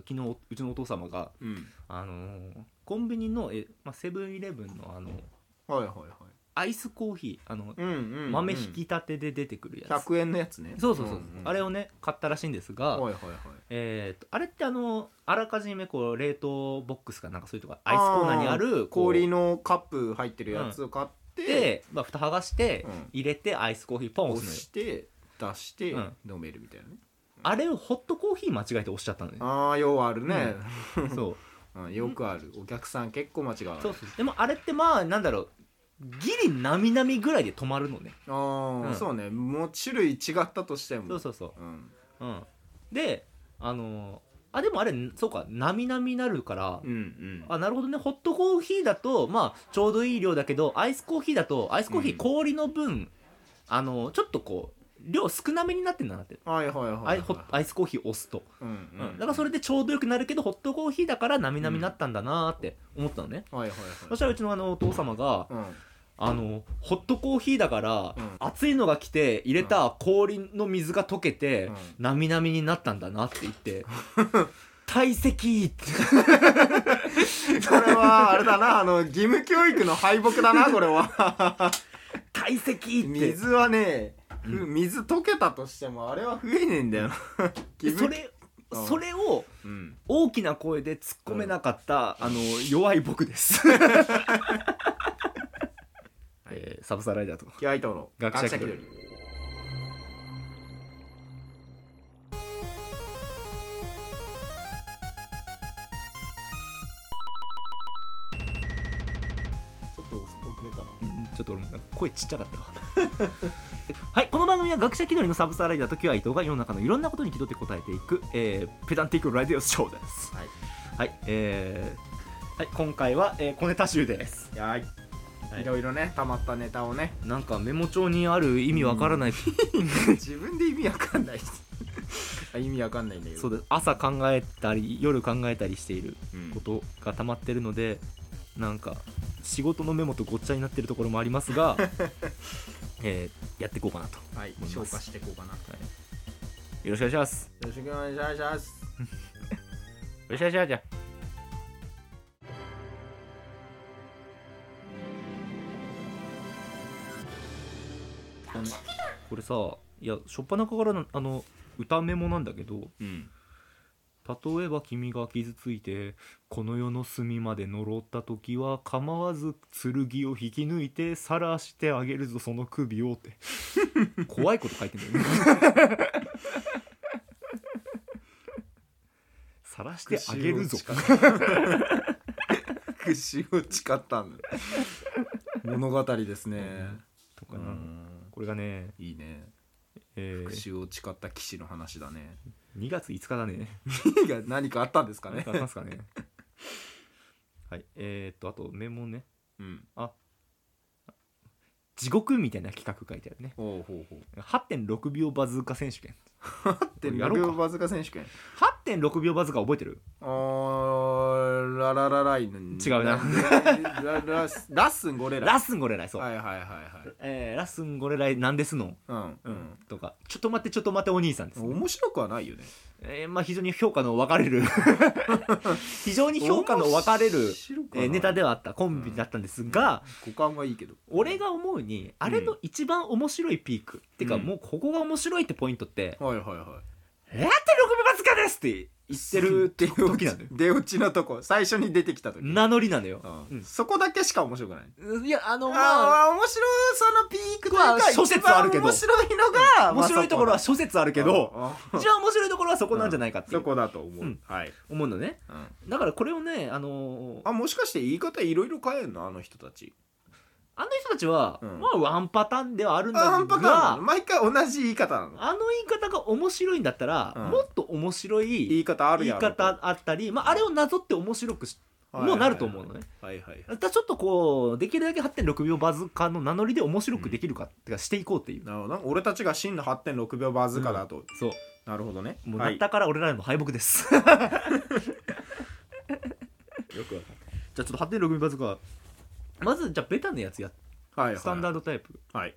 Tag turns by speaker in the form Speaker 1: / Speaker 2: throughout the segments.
Speaker 1: 昨日うちのお父様が
Speaker 2: うん
Speaker 1: あのーコンビニのえ、まあ、セブンイレブンのあの
Speaker 2: はいはいはい
Speaker 1: アイスコーヒーあの、
Speaker 2: うんうんうん
Speaker 1: 豆引き立てで出てくるやつ、
Speaker 2: 100円のやつね
Speaker 1: そうそうそう、
Speaker 2: んん
Speaker 1: あれをね買ったらしいんですが、
Speaker 2: はいはいはい
Speaker 1: えーとあれってあのあらかじめこう冷凍ボックスかなんかそういうとこアイスコーナーにあるこう
Speaker 2: 氷のカップ入ってるやつを買って、
Speaker 1: で、まあ、蓋剥がして、
Speaker 2: うん
Speaker 1: 入れてアイスコーヒーポン押す
Speaker 2: 押
Speaker 1: のよ
Speaker 2: して出して
Speaker 1: うん
Speaker 2: 飲めるみたいなね、
Speaker 1: あれをホットコーヒー間違えて押しちゃったのよ
Speaker 2: ああようあるね、
Speaker 1: そう
Speaker 2: うん、よくあるお客さん結構間違うね
Speaker 1: そうそうでもあれってまあなんだろうギリなみなみぐらいで止まるのね
Speaker 2: あー、
Speaker 1: うん
Speaker 2: そうねもう種類違ったとしても、
Speaker 1: そうそうそう
Speaker 2: ん
Speaker 1: ううんであのーあでもあれそうかなみなみなるから、
Speaker 2: うんうん、
Speaker 1: あなるほどねホットコーヒーだとまあちょうどいい量だけどアイスコーヒーだとアイスコーヒ
Speaker 2: う
Speaker 1: ー
Speaker 2: ん
Speaker 1: 氷の分、あのーちょっとこう量少なめになってんだなって、
Speaker 2: はいはいはいはい
Speaker 1: アイホッアイスコーヒー押すと、
Speaker 2: うん
Speaker 1: う
Speaker 2: うんん、
Speaker 1: だからそれでちょうどよくなるけどホットコーヒーだからなみなみになったんだなーって思ったのね、
Speaker 2: はいはい
Speaker 1: そ
Speaker 2: は
Speaker 1: し
Speaker 2: い
Speaker 1: たらうちのあのお父様が、
Speaker 2: うん、
Speaker 1: あのホットコーヒーだから、
Speaker 2: うん
Speaker 1: 熱いのが来て入れた氷の水が溶けて
Speaker 2: うん
Speaker 1: なみなみになったんだなって言って 体積って
Speaker 2: これはあれだなあの義務教育の敗北だなこれは
Speaker 1: 体積って
Speaker 2: 水はね、ふ
Speaker 1: う
Speaker 2: 水溶けたとしてもあれは増えねえんだよな義
Speaker 1: そ
Speaker 2: 務
Speaker 1: れ
Speaker 2: うん
Speaker 1: それを
Speaker 2: うん
Speaker 1: 大きな声で突っ込めなかった、あの弱い僕 です、 えーサブサライダーと
Speaker 2: 気合いとの
Speaker 1: 学者気取り
Speaker 2: りちょっと遅れたな
Speaker 1: ちょっと俺も声ちっちゃかったわ はいこの番組は学者気取りのサブサーライダーと Q 愛藤が世の中のいろんなことに気取って答えていく、えーペダンティックラディオショーです
Speaker 2: はい
Speaker 1: はいえーはい、今回は、えー小ネタ集です、
Speaker 2: やーいいろいろね、たまったネタを ね
Speaker 1: なんかメモ帳にある意味わからない、
Speaker 2: 自分で意味わかんないし あ意味わかんないんだけど
Speaker 1: そうです朝考えたり夜考えたりしている
Speaker 2: うん
Speaker 1: ことが溜まってるのでなんか仕事のメモとごっちゃになってるところもあります が、えーやっていこうかなと、は
Speaker 2: はい
Speaker 1: 思います、
Speaker 2: 消化していこうかない
Speaker 1: よろしくお願いします
Speaker 2: よろしくお願いします
Speaker 1: よしよしよしよしこれさいや初っ端からなあの歌メモなんだけど
Speaker 2: うん
Speaker 1: 「例えば君が傷ついてこの世の隅まで呪った時は構わず剣を引き抜いて晒してあげるぞその首を」って怖いこと書いてんだよね晒してあげるぞ
Speaker 2: 串を誓ったんだ物語ですね
Speaker 1: とかな、これがね、
Speaker 2: いいね
Speaker 1: えー、
Speaker 2: 串を誓った騎士の話だね
Speaker 1: 2月5日だね。
Speaker 2: 何が何かあったんですか
Speaker 1: 何
Speaker 2: ね
Speaker 1: かありますかね。はい、えー、っと、あと、メモね。
Speaker 2: うん
Speaker 1: 地獄みたいな企画書いてあるね。
Speaker 2: ほうほうほう
Speaker 1: 8.6秒バズーカ選手権。
Speaker 2: で
Speaker 1: や
Speaker 2: 無
Speaker 1: ろうか
Speaker 2: 料バズカ選手権
Speaker 1: 8.6秒バズーカ覚えてる
Speaker 2: あーラララライン
Speaker 1: 違うな
Speaker 2: ラララスラッスンゴレラ
Speaker 1: ラッスンゴレライ、そう。
Speaker 2: はいはいはいはい
Speaker 1: えーラッスンゴレライなんですの
Speaker 2: うんう
Speaker 1: とか、ちょっと待って、ちょっと待って、お兄さんです、
Speaker 2: ん面白くはないよね
Speaker 1: えーまあ、非常に評価の分かれる 非常に評価の分かれる
Speaker 2: 面、白くは
Speaker 1: え
Speaker 2: な
Speaker 1: ー
Speaker 2: い
Speaker 1: ネタではあったコンビだったんですが、
Speaker 2: 股間はいいけど
Speaker 1: 俺が思うにあれの一番面白いピーク、ってか
Speaker 2: うん
Speaker 1: もうここが面白いってポイントって
Speaker 2: はいはいはい
Speaker 1: 「えっ、て6分罰かです!」って言ってる
Speaker 2: 出落
Speaker 1: 時
Speaker 2: ち
Speaker 1: なのよ
Speaker 2: 出落ちのとこ最初に出てきた時
Speaker 1: 名乗りなのよ、
Speaker 2: う
Speaker 1: うんん
Speaker 2: そこだけしか面白くない
Speaker 1: いやあのまあ
Speaker 2: あー面白いそのピークという
Speaker 1: まあ
Speaker 2: か
Speaker 1: 諸
Speaker 2: 一
Speaker 1: 説
Speaker 2: 番
Speaker 1: あるけど
Speaker 2: 面白いのが
Speaker 1: 面白いところは
Speaker 2: そ
Speaker 1: 諸説あるけど
Speaker 2: あー
Speaker 1: 一番面白いところはそこなんじゃないかって
Speaker 2: そこだと思
Speaker 1: う
Speaker 2: うんはい
Speaker 1: 思うのね
Speaker 2: うん
Speaker 1: だからこれをねあのー
Speaker 2: あもしかして言い方いろいろ変えんのあの人たち
Speaker 1: あの人たちは、
Speaker 2: うん
Speaker 1: まあワンパターンではあるんだ
Speaker 2: あ
Speaker 1: が
Speaker 2: 半端なの毎回同じ言い方なの
Speaker 1: あの言い方が面白いんだったら、
Speaker 2: うん
Speaker 1: もっと面白
Speaker 2: 言
Speaker 1: い
Speaker 2: い方ある
Speaker 1: 言い
Speaker 2: やろ
Speaker 1: 方あったり、まあ、あれをなぞって面白くしもうなると思うのね
Speaker 2: はいはいはい
Speaker 1: だからちょっとこうできるだけ8.6秒バズカの名乗りで面白くできるか、ってかしていこうっていう
Speaker 2: なるほどな俺たちが真の8.6秒バズーカだと
Speaker 1: そう
Speaker 2: なるほどね
Speaker 1: もう
Speaker 2: は
Speaker 1: ないったから俺らの敗北です、
Speaker 2: よくわかっ
Speaker 1: じゃあちょっと8.6秒バズカまずじゃあベタなやつや
Speaker 2: たはいはい
Speaker 1: スタンダードタイプ
Speaker 2: はい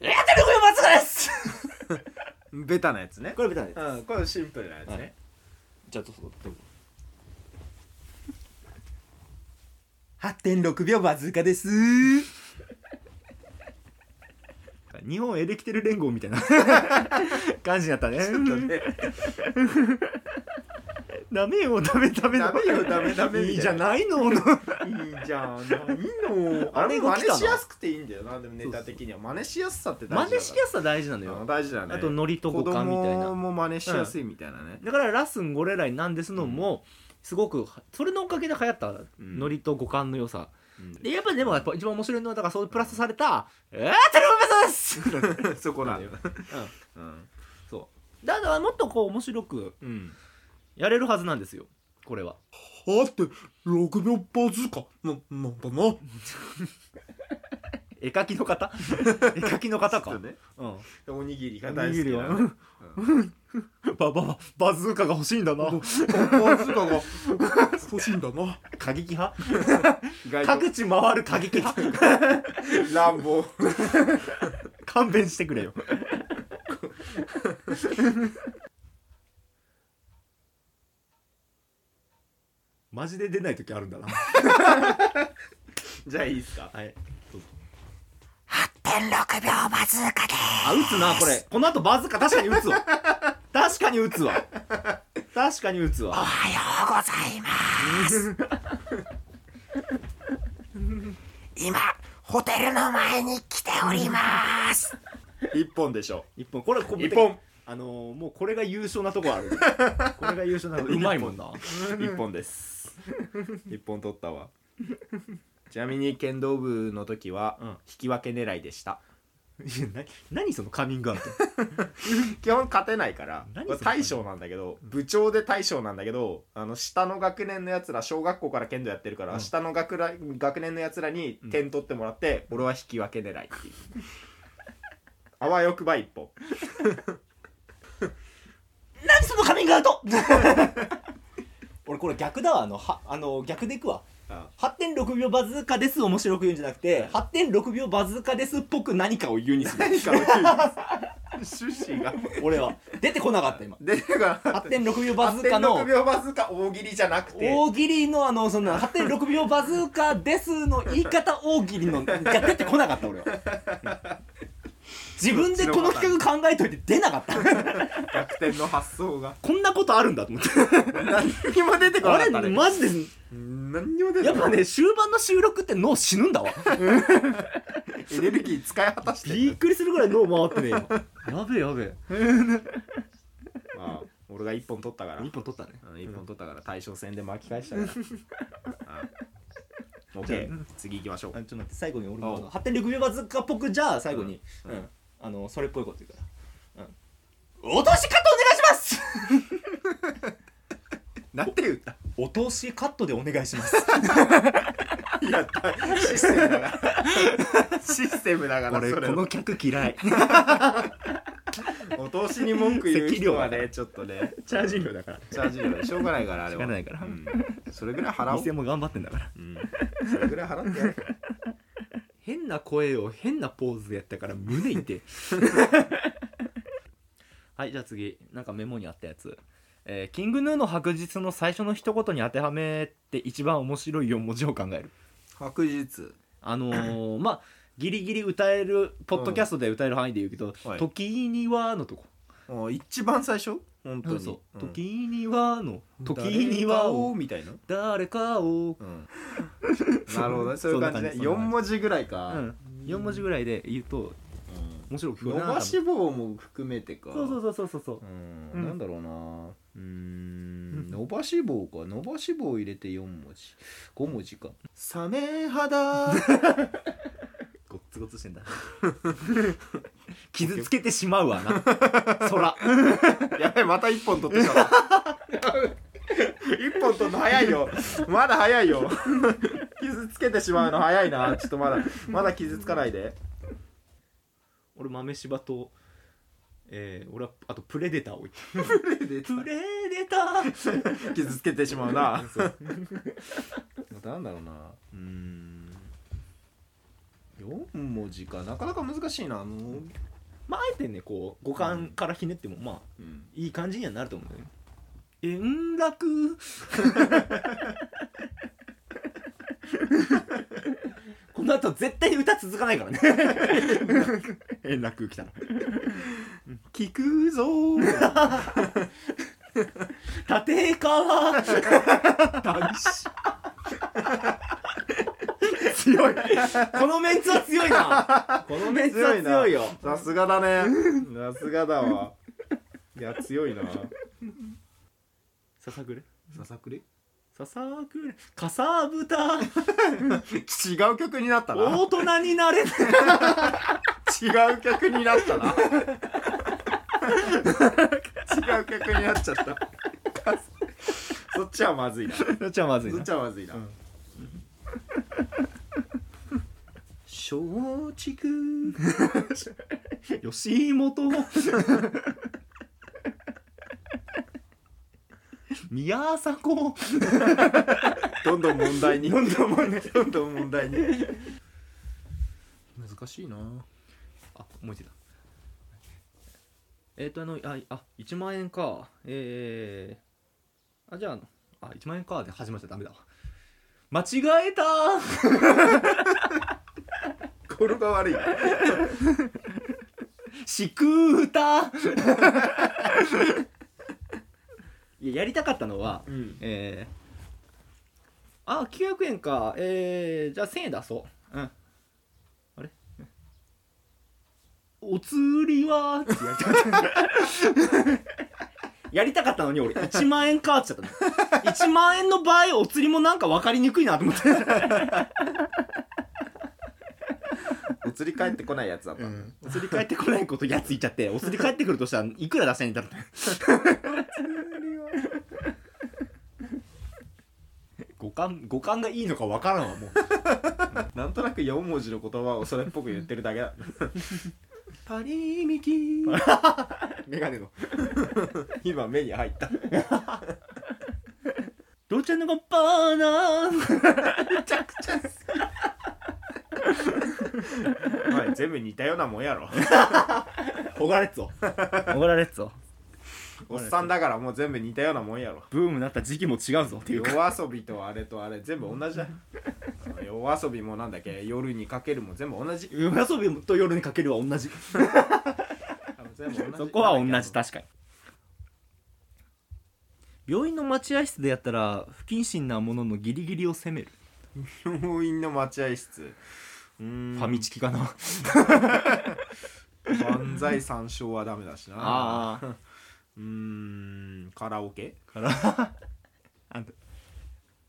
Speaker 1: 8.6秒バズカです
Speaker 2: ベタなやつね
Speaker 3: これベタなやつです
Speaker 2: うんこれシンプルなやつね、
Speaker 3: じゃあどうぞどうぞ8.6秒わずかです
Speaker 1: 日本エレキテル連合みたいな感じになったね ダメよダメダメ
Speaker 2: ダメよダメダメみたい
Speaker 1: いじゃな
Speaker 2: ない
Speaker 1: いの
Speaker 2: いいじゃんいいの
Speaker 1: あ
Speaker 2: あ
Speaker 1: れ
Speaker 2: れ
Speaker 1: が来た
Speaker 2: 真似
Speaker 1: な
Speaker 2: しやすくていいんだよなでもネタ的には真似しやすさって大事だ
Speaker 1: 真似しやすさ大事なの
Speaker 2: さ
Speaker 1: よ
Speaker 2: 大事だね
Speaker 1: あとノリと
Speaker 2: 子
Speaker 1: 五感みたい
Speaker 2: 供
Speaker 1: な
Speaker 2: も真似しやすいみたいなね、
Speaker 1: だからラスンゴレライなんですのもすごくそれのおかげで流行ったノリと五感の良さでやっぱでもやっぱ一番面白いのはだからそういうプラスされた「えー、テレビ朝日です
Speaker 2: そこなんだよ、うん
Speaker 1: そうだからもっとこう面白く
Speaker 2: うん、
Speaker 1: やれるはずなんですよこれは
Speaker 2: はって6秒バズーカななんだな
Speaker 1: 絵描きの 方絵描きの方か、
Speaker 2: ちょっとね
Speaker 1: うん
Speaker 2: おにぎりが大好
Speaker 1: お
Speaker 2: き
Speaker 1: にぎり
Speaker 2: な
Speaker 1: は
Speaker 2: のね
Speaker 1: ババババズーカが欲しいんだ な
Speaker 2: バズーカが欲しいんだな
Speaker 1: 過激派
Speaker 2: 意外と
Speaker 1: 各地回る過激派
Speaker 2: 乱暴
Speaker 1: 勘弁してくれよマジで出ない時あるんだな
Speaker 2: じゃあいいっすか
Speaker 1: はい
Speaker 3: 8.6秒わずかで
Speaker 1: あ打つなこれこの後バズーカ確かに打つわ確かに打つわ確かに打つわ
Speaker 3: おはようございます 今ホテルの前に来ております
Speaker 2: 一本でしょ
Speaker 1: 一本これこ
Speaker 2: 一本
Speaker 1: あのーもうこれが優勝なとこあるこれが優勝なとこうまいもんな
Speaker 2: 一本です一本取ったわちなみに剣道部の時は
Speaker 1: うん
Speaker 2: 引き分け狙いでした、
Speaker 1: いやな何そのカミングアウト
Speaker 2: 基本勝てないから
Speaker 1: 何
Speaker 2: これ
Speaker 1: それ
Speaker 2: 大将なんだけど部長で大将なんだけどあの下の学年のやつら小学校から剣道やってるから、
Speaker 1: うん
Speaker 2: 下の学ら学年のやつらに点取ってもらって、俺は引き分け狙いっていうあわよくば一本
Speaker 1: 何そのカミングアウ ト俺これ逆だわあのはあの逆でいくわ
Speaker 2: あ
Speaker 1: 8.6秒バズーカです面白く言うんじゃなくて8.6秒バズーカですっぽく何かを言うにする
Speaker 2: 何かの趣旨が
Speaker 1: 俺は出てこなかった今
Speaker 2: 出てこなかった
Speaker 1: 8.6秒バズーカの
Speaker 2: 8.6秒バズーカ大喜利じゃなくて
Speaker 1: 大喜利のあのその8.6秒バズーカですの言い方大喜利のが出てこなかった俺は自分でこの企画考えといて出なかった
Speaker 2: 逆転の発想が
Speaker 1: こんなことあるんだと思って
Speaker 2: 何にも出てこな
Speaker 1: あ
Speaker 2: か
Speaker 1: れ
Speaker 2: ったね
Speaker 1: マジです
Speaker 2: 何にも出て
Speaker 1: や
Speaker 2: こ
Speaker 1: っ
Speaker 2: な
Speaker 1: ぱ
Speaker 2: かった
Speaker 1: ね終盤の収録って脳死ぬんだわ
Speaker 2: エネルギー使い果たして
Speaker 1: びっくりするぐらい脳回ってね今やべえやべえ
Speaker 2: まあ俺が一本取ったから
Speaker 1: 一本取ったね
Speaker 2: うん一本取ったから大将戦で巻き返したからうん OK 次行きましょ
Speaker 1: あちょ
Speaker 2: う
Speaker 1: っと待って最後に俺の
Speaker 2: あ
Speaker 1: あの発展力秒バズカっぽくじゃあ最後に、う
Speaker 2: うんん
Speaker 1: あのそれっぽいこと言うから、うん、落としカットお願いします
Speaker 2: なんて言った
Speaker 1: 落としカットでお願いします
Speaker 2: いやシステムだ からシステムだから
Speaker 1: 俺
Speaker 2: それ
Speaker 1: この客嫌い
Speaker 2: お通しに文句言う人は
Speaker 1: 席料だから
Speaker 2: ねちょっとね
Speaker 1: チャージ料だから
Speaker 2: チャージ料でしょうがないからあれ
Speaker 1: し
Speaker 2: は
Speaker 1: かないから
Speaker 2: うんそれぐらい払おう
Speaker 1: 店も頑張ってんだから
Speaker 2: うんそれぐらい払ってやる
Speaker 1: 変な声を変なポーズでやったから胸痛い はいじゃあ次なんかメモにあったやつ、えーキングヌーの白日」の最初の一言に当てはめて一番面白い4文字を考える
Speaker 2: 白日
Speaker 1: あのーまあギリギリ歌えるポッドキャストで歌える範囲で言うけど「
Speaker 2: はい
Speaker 1: 時には」のとこ
Speaker 2: もう一番最初本当に
Speaker 1: そう
Speaker 2: うん
Speaker 1: 時には」の「時に
Speaker 2: 誰
Speaker 1: は」
Speaker 2: かを
Speaker 1: を
Speaker 2: みたいな
Speaker 1: 誰かを、
Speaker 2: なるほどね そうい
Speaker 1: そ
Speaker 2: う感じね
Speaker 1: んな感じ
Speaker 2: 4文字ぐらいか、
Speaker 1: うん、4文字ぐらいで言うと面白く聞こえ
Speaker 2: 伸
Speaker 1: るな
Speaker 2: ばし棒も含めてか
Speaker 1: 多分そうそうそうそうそう
Speaker 2: うん
Speaker 1: うん
Speaker 2: なんだろうなうー
Speaker 1: うん
Speaker 2: ん伸ばし棒か伸ばし棒入れて4文字5文字かサメ肌
Speaker 1: ごっつごつしてんだ傷つけてしまうわな空
Speaker 2: やべまた1本取ってき た1本取るの早いよまだ早い よ傷つけてしまうの早いなちょっとまだまだ傷つかない で
Speaker 1: 俺豆柴とえー、俺はあとプレデターを置いてプレデター
Speaker 2: 傷つけてしまうな またなんだろうなうーん4文字かなかなか難しいなあの
Speaker 1: まああえてねこう五感からひねってもまあ
Speaker 2: うん
Speaker 1: いい感じにはなると思うんだよね円楽この後絶対に歌続かないからね
Speaker 2: 円楽来たの 聞くぞー
Speaker 1: 立川
Speaker 2: 男子強い
Speaker 1: このメンツは強いなこのメンツは強いよ
Speaker 2: さすがだねさすがだわいや強いな
Speaker 1: ささくれ
Speaker 2: ささくれ
Speaker 1: ささくれかさぶた
Speaker 2: 違う曲になったな
Speaker 1: 大人になれ
Speaker 2: 違う曲になったな 違う曲になっちゃったそっちはまずいなそ
Speaker 1: そっちはまず
Speaker 2: っちはまずいな、
Speaker 1: 松竹吉本宮迫
Speaker 2: どんどん問題にどんどん問題どんどん問題に難しいな
Speaker 1: あ思いついたえっ、とあのああ1万円かえー、あじゃああ1万円かで始まっちゃダメだわ間違えた
Speaker 2: これが悪い
Speaker 1: しくうた いややりたかったのは
Speaker 2: うん
Speaker 1: えー、あ900円かえー、じゃあ1000円出そううんあれお釣りはってやりたかったやりたかったのに俺1万円かって言っちゃったの1万円の場合お釣りもなんか分かりにくいなと思って
Speaker 2: お釣り帰ってこないやつだった、
Speaker 1: お釣り返ってこないことやついちゃってお釣り返ってくるとしたらいくら出せんだろう五感五感がいいのか分からんわもう
Speaker 2: なんとなく4文字の言葉をそれっぽく言ってるだけだ
Speaker 1: パリミキ
Speaker 2: メガネの今目に入っため
Speaker 1: ロチャヌゴパーナー
Speaker 2: ちゃくちゃお前全部似たようなもんやろ
Speaker 1: 怒られっ ぞ怒られっぞ
Speaker 2: おっさんだからもう全部似たようなもんやろ
Speaker 1: ブームになった時期も違うぞっていう
Speaker 2: 夜
Speaker 1: か
Speaker 2: 遊びとあれとあれ全部同じだ夜遊びもなんだっけ夜にかけるも全部同じ
Speaker 1: 夜遊びと夜にかけるは同じ
Speaker 2: 全部同じ
Speaker 1: そこは同じ確かに病院の待合室でやったら不謹慎なもののギリギリを責める
Speaker 2: 病院の待合室うーん
Speaker 1: ファミチキかな
Speaker 2: 漫才三唱はダメだしな
Speaker 1: ああ
Speaker 2: うーんカラオケ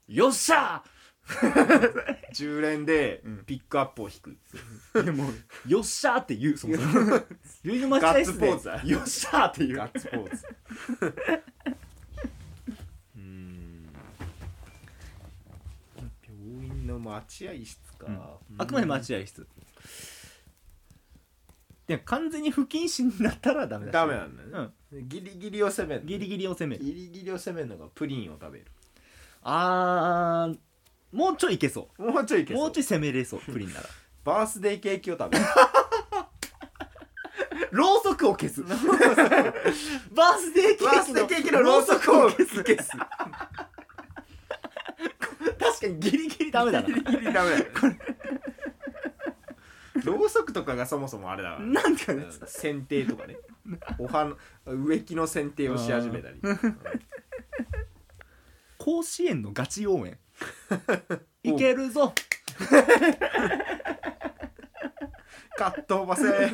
Speaker 1: よっしゃ
Speaker 2: 10連でピックアップを引く、
Speaker 1: でもよっしゃーって言うそも そも病院の待合室で
Speaker 2: ガッツポーズだ
Speaker 1: よっしゃーって言
Speaker 2: ガ
Speaker 1: う
Speaker 2: ッツポー ズうーん病院の待合室か、
Speaker 1: うんあくまで待合室で完全に不謹慎になったらダメだし
Speaker 2: ダメなんだよね、ギリギリを攻める
Speaker 1: ギリギリを責める
Speaker 2: ギリギリを攻めるのがプリンを食べる
Speaker 1: あーもうちょいいけそ
Speaker 2: もうちょいいうけ
Speaker 1: も
Speaker 2: そう
Speaker 1: うちょい攻めれそうプリンなら
Speaker 2: バースデーケーキを食べる
Speaker 1: ろうそくを消す バースデーケ
Speaker 2: バー
Speaker 1: ーキ
Speaker 2: スデー
Speaker 1: の
Speaker 2: ケーキのろうそくを消す
Speaker 1: 確かにギリギリダメだな
Speaker 2: ギリギリダメだよねろうそくとかがそもそもあれだからね
Speaker 1: なんてか
Speaker 2: うん
Speaker 1: ね
Speaker 2: 剪定とか ねお花植木の剪定をし始めたり
Speaker 1: 甲子園のガチ応 援いけるぞ
Speaker 2: カットばせ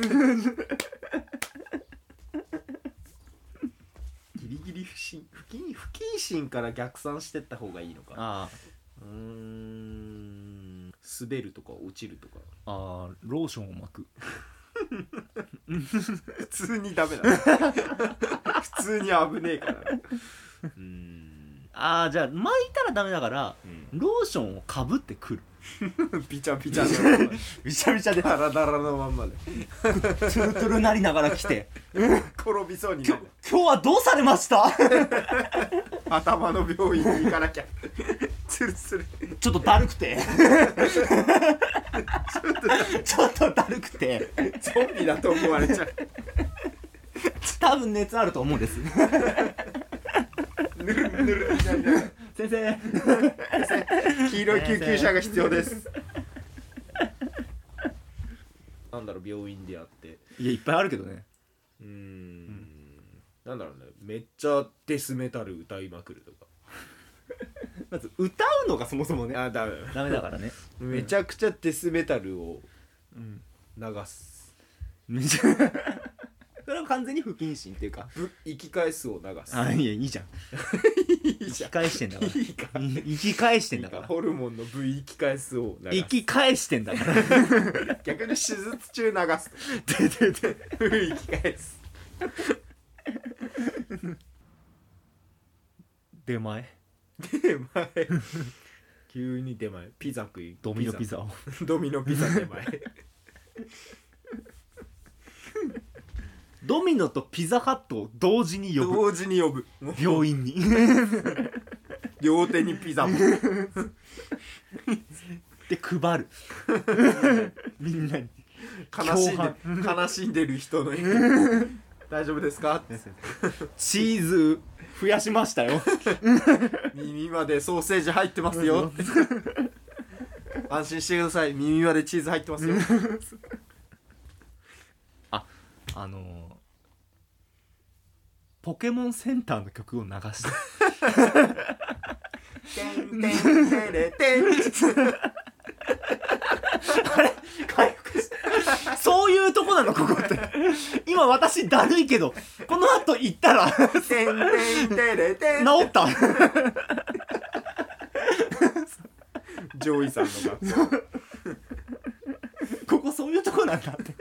Speaker 2: ギリギリ不審不謹不謹慎から逆算してった方がいいのか
Speaker 1: あ
Speaker 2: うーん滑るとか落ちるとか
Speaker 1: あローションを巻く
Speaker 2: 普通にダメだ ね普通に危ねえからねうーん
Speaker 1: ああじゃあ巻いたらダメだからローションをかぶってくる
Speaker 2: うんピチャピチ ャの
Speaker 1: びちゃびちゃで
Speaker 2: ダラダラのまんまで
Speaker 1: トゥルトゥルなりながら来て
Speaker 2: 転びそうになる
Speaker 1: 今日はどうされました
Speaker 2: 頭の病院に行かなきゃするする
Speaker 1: ちょっとだるくて ちょっとだるくて
Speaker 2: ゾンビだと思われちゃう
Speaker 1: 多分熱あると思うんです
Speaker 2: ぬるぬるみたいな
Speaker 1: 先生
Speaker 2: 黄色い救急車が必要ですなんだろう病院でやって
Speaker 4: いやいっぱいあるけどね
Speaker 2: うーんなんだろうねめっちゃデスメタル歌いまくるとか
Speaker 1: まず歌うのがそもそもね
Speaker 2: あダメ
Speaker 4: ダメだからね
Speaker 2: めちゃくちゃデスメタルを流す
Speaker 4: めちゃ
Speaker 1: それは完全に不謹慎っていうか
Speaker 2: ぶ生き返すを流す
Speaker 4: あいやいいじゃん
Speaker 2: いい
Speaker 4: 生
Speaker 2: じ
Speaker 4: き
Speaker 2: ゃん
Speaker 4: 返してんだから
Speaker 2: いいか
Speaker 4: 生き返してんだから
Speaker 2: ホルモンの部位生き返すを流
Speaker 4: 生
Speaker 2: す
Speaker 4: き返してんだから
Speaker 2: 逆に手術中流す ででで部位生き返す
Speaker 4: 出前
Speaker 2: 出前急に出前ピザ食い
Speaker 4: ドミノピザを
Speaker 2: ピザドミノピザ出 前
Speaker 4: ドミノとピザハットを同時に呼ぶ
Speaker 2: 同時に呼ぶもう
Speaker 4: 病院に
Speaker 2: 両手にピザ も
Speaker 4: で配る みんなに
Speaker 2: 悲しん
Speaker 4: 共
Speaker 2: で悲しんでる人 の大丈夫ですか
Speaker 4: チーズ増やしましたよ
Speaker 2: 耳までソーセージ入ってますよ安心してください耳までチーズ入ってますよ
Speaker 4: あのーポケモンセンターの曲を流した
Speaker 2: てんてんてれてん
Speaker 1: 回復してそういうとこなのここって今私だるいけどこの後行ったら治
Speaker 2: てんてんてれてん
Speaker 1: った
Speaker 2: 上位さんのが
Speaker 1: ここそういうとこなんだって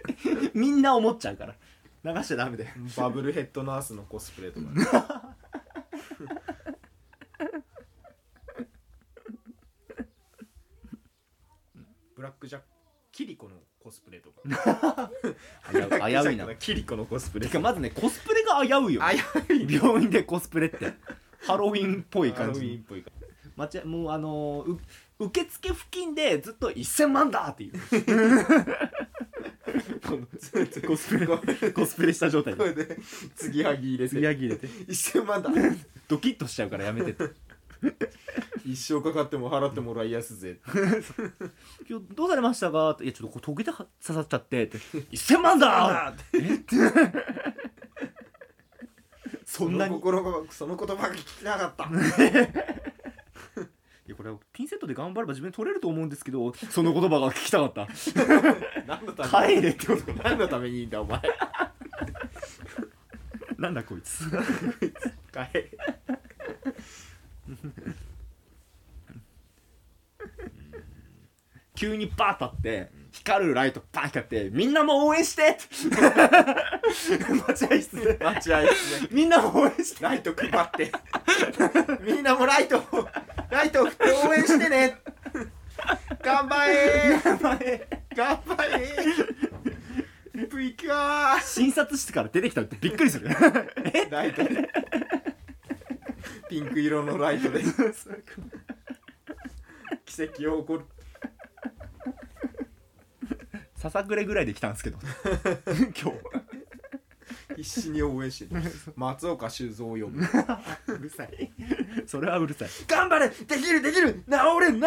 Speaker 1: みんな思っちゃうから流しちゃダメだよ
Speaker 2: バブルヘッドナースのコスプレとかブラックジャックキリコのコスプレとか
Speaker 1: 危ういな
Speaker 2: キリコのコスプレ
Speaker 1: てかまずねコスプレが危ういよ
Speaker 2: 危うい
Speaker 1: 病院でコスプレってハロウィンっぽい
Speaker 2: ハロ
Speaker 1: 感
Speaker 2: ウ
Speaker 1: じ
Speaker 2: ィンっぽい
Speaker 1: 待ちもうあのーう受付付近でずっと1000万だっていうこ のコスプレコスプレした状態
Speaker 2: こ
Speaker 1: で
Speaker 2: れで継ぎはぎ入れ
Speaker 1: 釣り
Speaker 2: て
Speaker 1: 上げ入れて
Speaker 2: 1000万だ
Speaker 1: ドキッとしちゃうからやめてって
Speaker 2: 一生かかっても払ってもらいやすぜ
Speaker 4: 今日どうされましたかっていやちょっとこう棘で刺さっちゃってって
Speaker 1: 1000万だ
Speaker 2: あ
Speaker 1: そ
Speaker 2: そ
Speaker 1: ん
Speaker 2: ん
Speaker 1: な
Speaker 2: な
Speaker 1: に
Speaker 2: 心がその言葉が聞きたか った
Speaker 4: いやこれピンセットで頑張れば自分で取れると思うんですけ どその言葉が聞きたかった
Speaker 2: 何のために
Speaker 1: 帰れってこと
Speaker 2: 何のためにいいんだお前
Speaker 4: なんだこいつ
Speaker 2: 帰れ
Speaker 1: 急にバーッ立って光るライトバーン光ってみんなも応援してって 待合室で
Speaker 2: 待合室で
Speaker 1: みんなも応援して
Speaker 2: ライト配ってみんなもライトをライトを振って応援してね頑張れ頑張れ プイカー
Speaker 1: 診察室から出てきたってびっくり する
Speaker 2: ライトでピンク色のライトで奇跡を起こる
Speaker 1: ささくれぐらいで来たんです けど今
Speaker 2: 必死に応援してる松岡修造を呼ぶ
Speaker 1: 日 うるさいそれはうるさい
Speaker 2: 頑張れできるできる治れ治る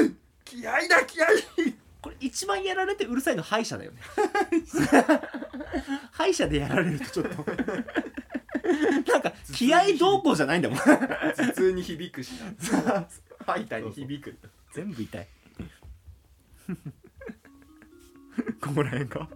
Speaker 2: 治る気合いだ気合 い
Speaker 1: これ一番やられてうるさいの歯医者だよね歯医者でやられるとちょっとなんか気合どうこうじゃないんだもん
Speaker 2: 頭痛に響くし吐いたに響く
Speaker 1: 全部痛いここら辺か